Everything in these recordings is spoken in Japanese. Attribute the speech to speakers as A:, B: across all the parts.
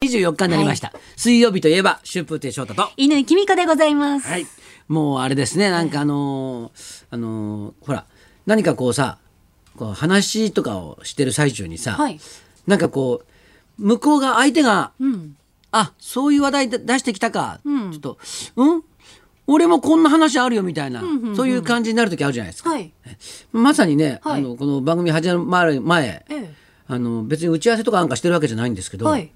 A: 24日になりました、水曜日といえば春風亭昇太と
B: 犬きみこでございます。
A: はい、もうあれですねなんかあのーあのーほら何かこうさこう話とかをしてる最中にさ、
B: はい
A: なんかこう向こうが相手が「
B: うん。
A: あそういう話題で出してきたか」
B: うん
A: ちょっと「うん俺もこんな話あるよ」みたいな、そういう感じになる時あるじゃないですか。
B: はい。
A: まさにね、
B: はい
A: あのこの番組始まる前
B: ええ。
A: あの別に打ち合わせとかなんかしてるわけじゃないんですけど、
B: はい。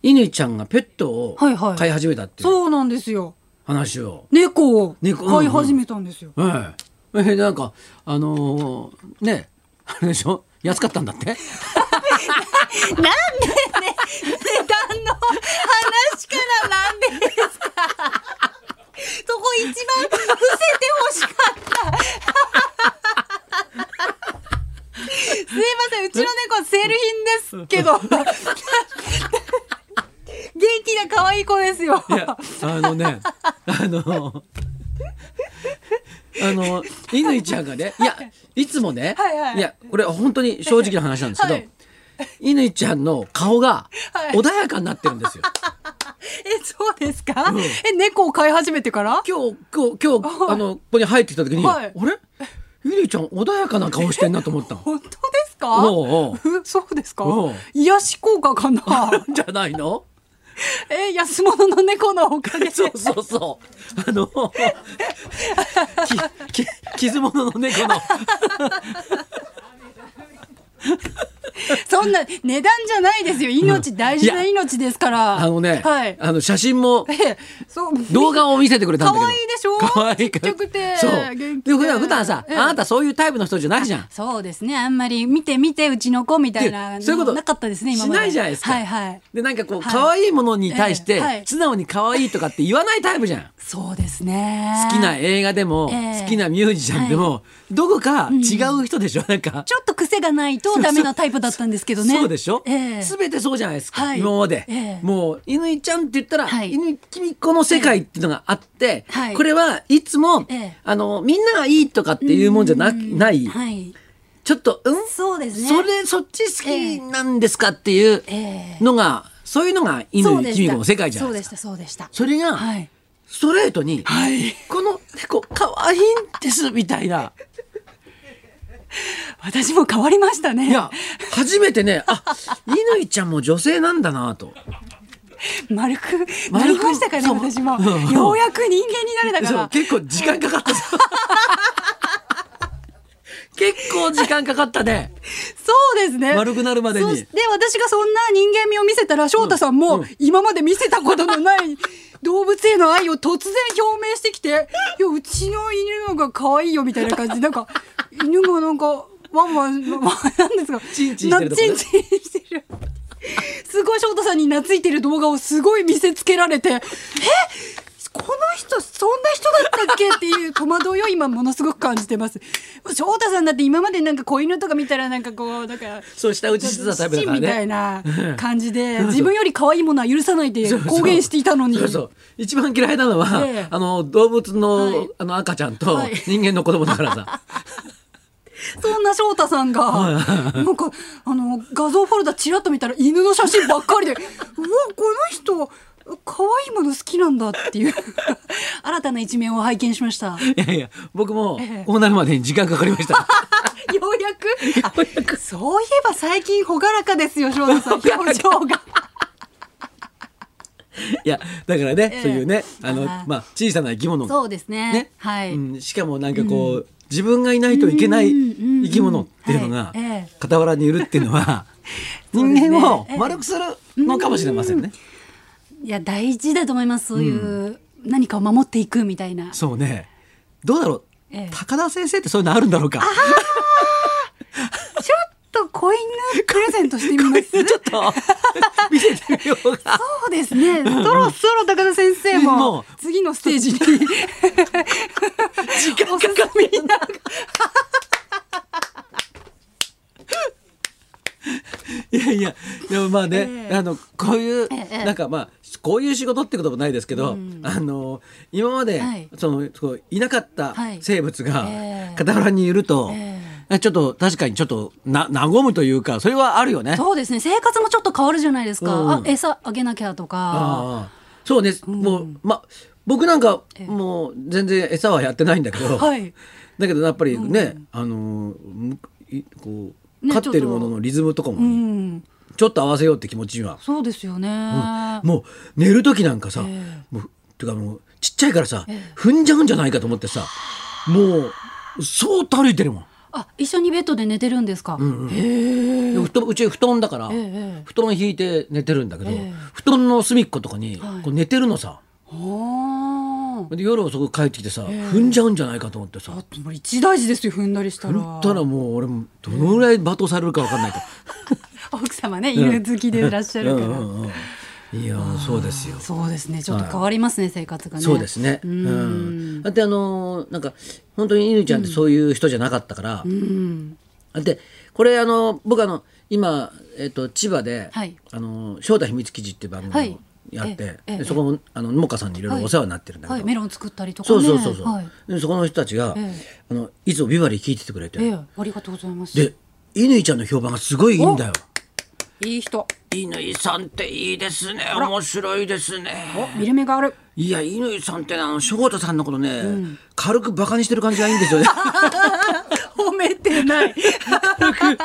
A: 犬ちゃんがペットを
B: はいはい
A: 飼い始めたっていう
B: そうなんですよ。
A: 話を。
B: 猫を
A: 猫
B: 飼い始めたんですよ。
A: はいえなんかあのーねあれでしょ安かったんだって
B: なんでね、値段の話からなんでですか。 そこ一番伏せてほしかった。 すいません、うちの猫はセール品ですけど。 元気な可愛い子ですよ。
A: いや あのねあのあの乾ちゃんがねいやいつもね、
B: はいはい
A: やこれ本当に正直な話なんですけど、
B: はい
A: 乾ちゃんの顔が
B: はい
A: 穏やかになってるんです よ。
B: え、そうですか、え、猫を飼い始めてから
A: 今日今日今日、
B: はい
A: あのここに入ってきた時に、
B: はい
A: あれ乾ちゃん穏やかな顔してんなと思った の。
B: 本当ですか
A: おうおう
B: ふそうですか
A: おう
B: 癒し効果かな
A: じゃないの
B: え、安物の猫のおかげで。
A: そうそうそう。あの、き、き、傷物の猫の。
B: そんな値段じゃないですよ。命、大事な命ですから。
A: あのね、
B: はい。
A: あの写真も、
B: え、そう。
A: 動画を見せてくれたんだけど。
B: 可愛いでしょ
A: 可愛いから
B: ちっちゃくて
A: そう。
B: 元気
A: で、
B: で
A: 普段、普段さ、
B: ええ
A: あなたそういうタイプの人じゃないじゃん。
B: そうですね。あんまり見て見てうちの子みたいな
A: でそういうこと
B: なかったですね。今ま
A: し
B: で
A: ないじゃないですか
B: はいはい。
A: で、なんかこう、
B: はい
A: 可愛いものに対し
B: え
A: て
B: えはい、
A: 素直に可愛いとかって言わないタイプじゃん。
B: そうですね。
A: 好きな映画でも、
B: ええ
A: 好きなミュージシャンでも、どこか違う人でしょなんか。
B: ちょっと癖がないとダメなタイプだったんですけどね。
A: そうでしょ、
B: ええ
A: すべてそうじゃないですか、
B: はい
A: 今まで、
B: ええ
A: もう乾ちゃんって言ったら、
B: はい
A: 乾きみこの世界っていうのがあって、
B: えはい
A: これはいつも、
B: ええ
A: あのみんながいいとかっていうもんじゃなない、
B: はい。
A: ちょっとうん
B: そうですね。
A: それそっち好きなんですかっていう
B: ええ
A: のが、そういうのが
B: そう
A: 乾
B: で
A: きみ
B: した
A: この世界じゃない
B: そう
A: で
B: ですし
A: か
B: た、そうでした。
A: それが、
B: はい。
A: ストレートに、
B: はい。
A: この猫可愛いんですみたいな。
B: 私も変わりましたね。
A: いや、初めてね、あ、乾ちゃんも女性なんだなと。
B: 丸くな
A: 丸く
B: りましたからね、
A: そう
B: 私も。
A: うん
B: ようやく人間になれたか
A: そう
B: ら。
A: 結構時間かかったぞ結構時間かかったね
B: そうですね。
A: 丸くなるまでに
B: そして私がそんな人間味を見せたら、翔太さんも、
A: うん
B: 今まで見せたことのない動物への愛を突然表明してきて、いや、うちの犬のが可愛いよみたいな感じで、なんか、犬がなんか、ワンワン、ワンワンなんですか。
A: チンチンしてるとこね
B: なチンチンしてる。すごい翔太さんに懐いてる動画をすごい見せつけられて、えこの人そんな人だったっけっていう戸惑いを今ものすごく感じてます。翔太さんだって今までなんか子犬とか見たらなんかこうなんか
A: そう下打ちしてたタイプだから
B: 父みたい
A: ね
B: な感じで自分より可愛いものは許さないで公言していたのに。
A: そうそう一番嫌いなのは、
B: ええ
A: あの動物の,、
B: はい
A: あの赤ちゃんと
B: はい
A: 人間の子供だから さ、
B: そんな翔太さんが、なんか、あの、画像フォルダチラッと見たら犬の写真ばっかり で、うわ、この人、可愛いもの好きなんだっていう、 新たな一面を拝見しました。よ
A: い、やいや僕も
B: ええ
A: こうなるまでに時間かかりました
B: うやく、あそういえば最近朗らかですよ、翔太さん、 表情が。
A: いやだからね、
B: ええ
A: そういうねあの
B: あー
A: まあ、小さな生き物
B: そうですね。
A: ね
B: はい。
A: うん、しかもなんかこう、自分がいないといけない生き物っていうのが
B: うんうんうんはいええ
A: 傍らにいるっていうの は
B: そうですね
A: 人間を丸くするのかもしれませんね。
B: いや、大事だと思います。そういう、何かを守っていくみたいな。
A: そうねどうだろう、
B: ええ
A: 高田先生ってそういうのあるんだろうか
B: ちょっと子犬プレゼントしてみ ます
A: ちょっと 見せてみようか。
B: そうですね。そろそろ高田先生
A: もう
B: も次のステー ジに時間かかみながら
A: いやいやでもまあね、
B: ええ
A: あのこういう、
B: ええ
A: なんかまあこういう仕事ってこともないですけど、あの今まで、
B: はい
A: そのこういなかった
B: はい
A: 生物が
B: ええ
A: 傍らにいると、
B: え
A: ちょっと確かにちょっとな和むというかそれはあるよね。
B: そうですね生活もちょっと変わるじゃないですか、
A: うん
B: あ餌あげなきゃとか
A: ああそうね、もうま僕なんかもう全然餌はやってないんだけど、
B: はい
A: だけどやっぱりね、あのむいこう、
B: ね
A: 飼ってるもののリズムとかも、
B: うん
A: ちょっと合わせようって気持ちには、
B: そうですよね、
A: もう寝る時なんかさ、
B: ええ
A: もうてかもうちっちゃいからさ、踏んじゃうんじゃないかと思ってさもうそーっと歩いてるもん。
B: あ一緒にベッドで寝てるんですか、へえ
A: で布団うち布団だから、
B: ええ
A: 布団引いて寝てるんだけど、
B: ええ
A: 布団の隅っことかに
B: はい
A: こう寝てるのさ、
B: ああ
A: で夜遅く帰ってきてさ、踏んじゃうんじゃないかと思ってさ
B: だってもう一大事ですよ踏んだりしたら
A: 踏ったらもう俺もどのぐらい罵倒されるか分かんないと、
B: 奥様ね犬好きでいらっしゃるから、
A: うんうんうんいやーそうですよ
B: そうですねちょっと変わりますね、生活がね
A: そうですね、う
B: うんん、
A: だってあのーなんか本当に犬ちゃんってそういう人じゃなかったから、
B: うん
A: でこれあの僕あの今、えっと千葉で「
B: はい
A: あの正太秘密記事」っていう番
B: は
A: 組
B: い
A: をやって、
B: えええ
A: で
B: え
A: そこもあの農家さんにいろい
B: は
A: ろ
B: い
A: お世話になってるんだけど、
B: はいメロン作ったりとか
A: そう
B: ね
A: そうそうそう、
B: はい
A: でそこの人たちが、
B: え
A: あのいつもビバリー聞いててくれて、
B: ええありがとうございます
A: で乾ちゃんの評判がすごいいいんだよ。
B: いい人
A: 乾さんっていいですね面白いですね
B: 見る目がある
A: いや乾さんってねあの翔太さんのことね、軽くバカにしてる感じがいいんですよね
B: 褒めてない
A: バカ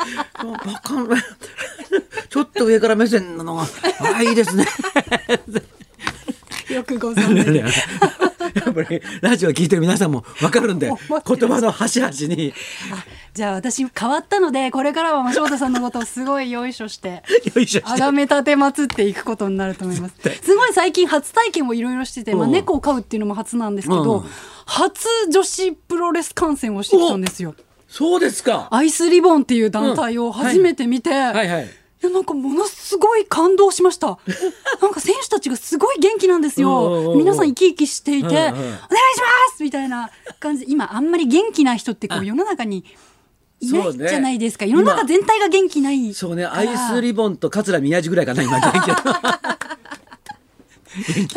A: ちょっと上から目線なのがあいいですね
B: よくご存知で
A: やっぱりラジオ聞いてる皆さんも分かるんで言
B: 待って
A: 葉の端々に
B: あじゃあ私変わったのでこれからは翔太さんのことをすごいよいしょして
A: よいしょし
B: あ
A: て
B: がめたてまつっていくことになると思います
A: 絶対
B: すごい最近初体験をいろいろしてて、まあ、
A: うん
B: 猫を飼うっていうのも初なんですけど、
A: うん
B: 初女子プロレス観戦をしてきたんですよ
A: そうですか
B: アイスリボンっていう団体を初めて見て、
A: はいはい
B: いやなんかものすごい感動しました なんか選手たちがすごい元気なんです
A: うんうんうんう
B: よ
A: ん
B: 皆さん生き生きしていて「
A: うんう
B: お
A: ん
B: 願いします!」みたいな感じで今あんまり元気な人ってこう世の中にいな
A: そ
B: いうじ
A: ね
B: ゃないですか、世の中
A: 今
B: 全体が元気ない
A: そうねアイスリボンと桂宮治ぐらいかな今元気な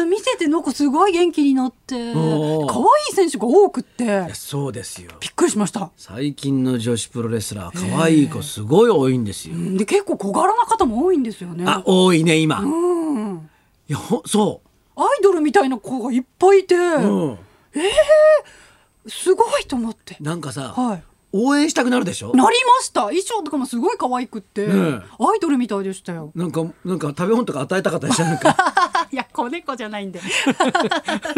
B: 見ててなんかすごい元気になって可
A: おー
B: 愛い選手が多くっ て
A: そうですよ
B: びっくりしました
A: 最近の女子プロレスラー可愛い子すごい多いんですよ、
B: で結構小柄な方も多いんですよね
A: あ多いね今、い
B: うん
A: やほそ
B: アイドルみたいな子がいっぱいいて、
A: う、うん、
B: すごいと思って
A: なんかさ、
B: はい
A: 応援したくなるでしょ
B: なりました衣装とかもすごい可愛くって、
A: ねえ
B: アイドルみたいでし たよ
A: なんかなんか食べ物とか与えたかったりしたなんか
B: いや子猫じゃないんで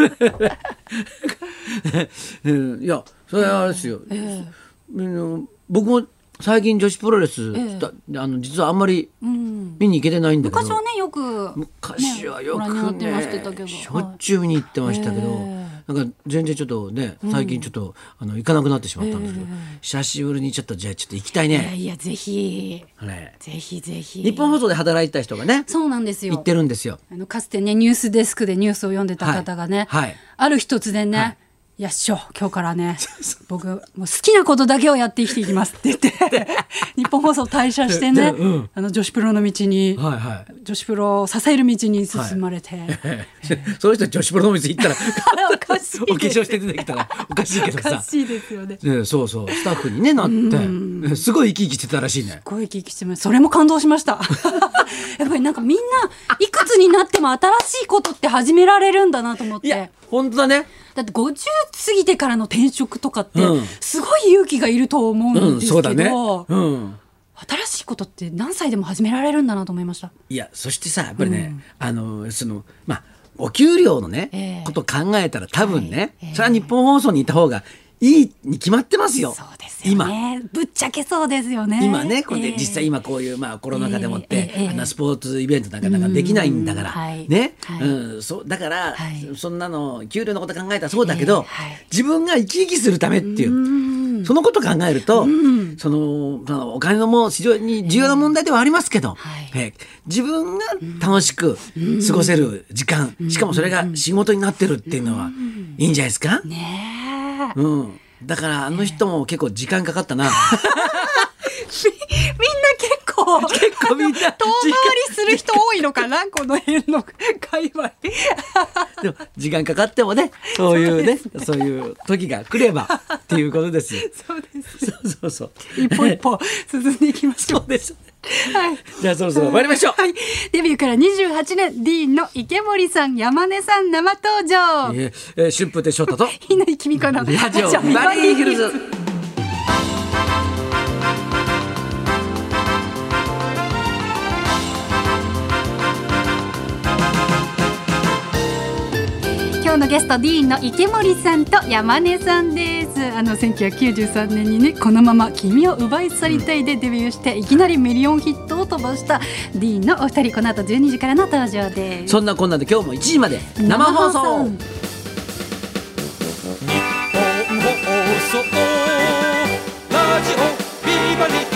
A: うんいやそれはあれですよ、うん僕も最近女子プロレス、
B: ええ
A: だあの実はあんまり
B: ん
A: 見に行けてないんだけど、
B: 昔はねよく
A: 昔はよ
B: ご
A: く
B: 覧に
A: ね
B: なってましたけど
A: しょっちゅう見に行ってましたけど、
B: え
A: なんか全然ちょっとね最近ちょっと、あの行かなくなってしまったんですけど、久しぶりにちょっとじゃあちょっと行きたい
B: いや
A: ね。
B: いやぜひ
A: はい
B: ぜひぜひ
A: 日本放送で働いてた人がね
B: そうなんですよ
A: 行ってるんですよ。
B: あのかつてねニュースデスクでニュースを読んでた方がね、
A: はいはい
B: ある日突然ね、
A: はい
B: い、やっしょ今日から ね僕もう好きなことだけをやって生きていきますって言って 日本放送退社してね、
A: うん
B: あの女子プロの道に、
A: はいは
B: 女子プロを支える道に進まれて、
A: い。 その人女子プロの水行ったら
B: おかしい
A: お化
B: です
A: 粧して出てきたらおかしいけ
B: お
A: ど
B: か
A: さ。
B: しいですよねす
A: ね、そうそうスタッフにねなってすごい生き生きしてたらしいね。
B: ごい生きしてますそれも感動しました やっぱりなんかみんないくつになっても新しいことって始められるんだなと思っ
A: いや
B: て
A: 本当だね。
B: だって50過ぎてからの転職とかって
A: うん
B: すごい勇気がいると思
A: う
B: うん
A: ん
B: です
A: そうだ
B: け
A: ね。
B: ど、
A: うん。
B: 新しいことって何歳でも始められるんだなと思いました
A: いやそしてさやっぱりね、あのそのまあお給料のね、
B: ええ
A: ことを考えたら多分ね、
B: はいええ
A: それは日本放送にいた方がいいに決まってますよ。
B: そうですよねぶっちゃけそうですよね
A: 今ねこれ
B: え
A: で
B: え
A: 実際今こういうまあコロナ禍でもっ
B: え
A: て
B: えええ
A: あんなスポーツイベントなんかなんかできないんだから
B: うんはい
A: ね
B: はい
A: うんそうだから
B: はい
A: そんなの給料のこと考えたらそうだけど
B: ええはい
A: 自分が生き生きするためっていうそのこと考えるとそのそのお金のもう非常に重要な問題ではありますけど
B: はい
A: ええ自分が楽しく過ごせる時間しかもそれが仕事になってるっていうのはいいんじゃないですか
B: ねえ
A: うんだからあの人も結構時間かかったな。
B: みみんな結構構
A: 結構みんな
B: あの遠回りする人多いのかな この辺の界隈
A: でも時間かかってもねそういうね
B: そう
A: そういう時が来ればっていうことですよ
B: そうです
A: そうそうそう
B: 一歩一歩進んでいきましょ
A: そうです
B: うはい
A: じゃあそろそろ終わりましょう
B: はい、デビューから28年ディーンの池森さん山根さん生登場
A: えーえー春風亭昇太と
B: ひなりきみかの
A: ラジオ
B: ラジオ
A: ビバリーヒルズ
B: 今日のゲストディーンの池森さんと山根さんですあの1993年にねこのまま君を奪い去りたいでデビューしていきなりミリオンヒットを飛ばしたディーンのお二人この後12時からの登場です
A: そんなこんなで今日も1時まで生放送
C: 日本放送ラジオビバリー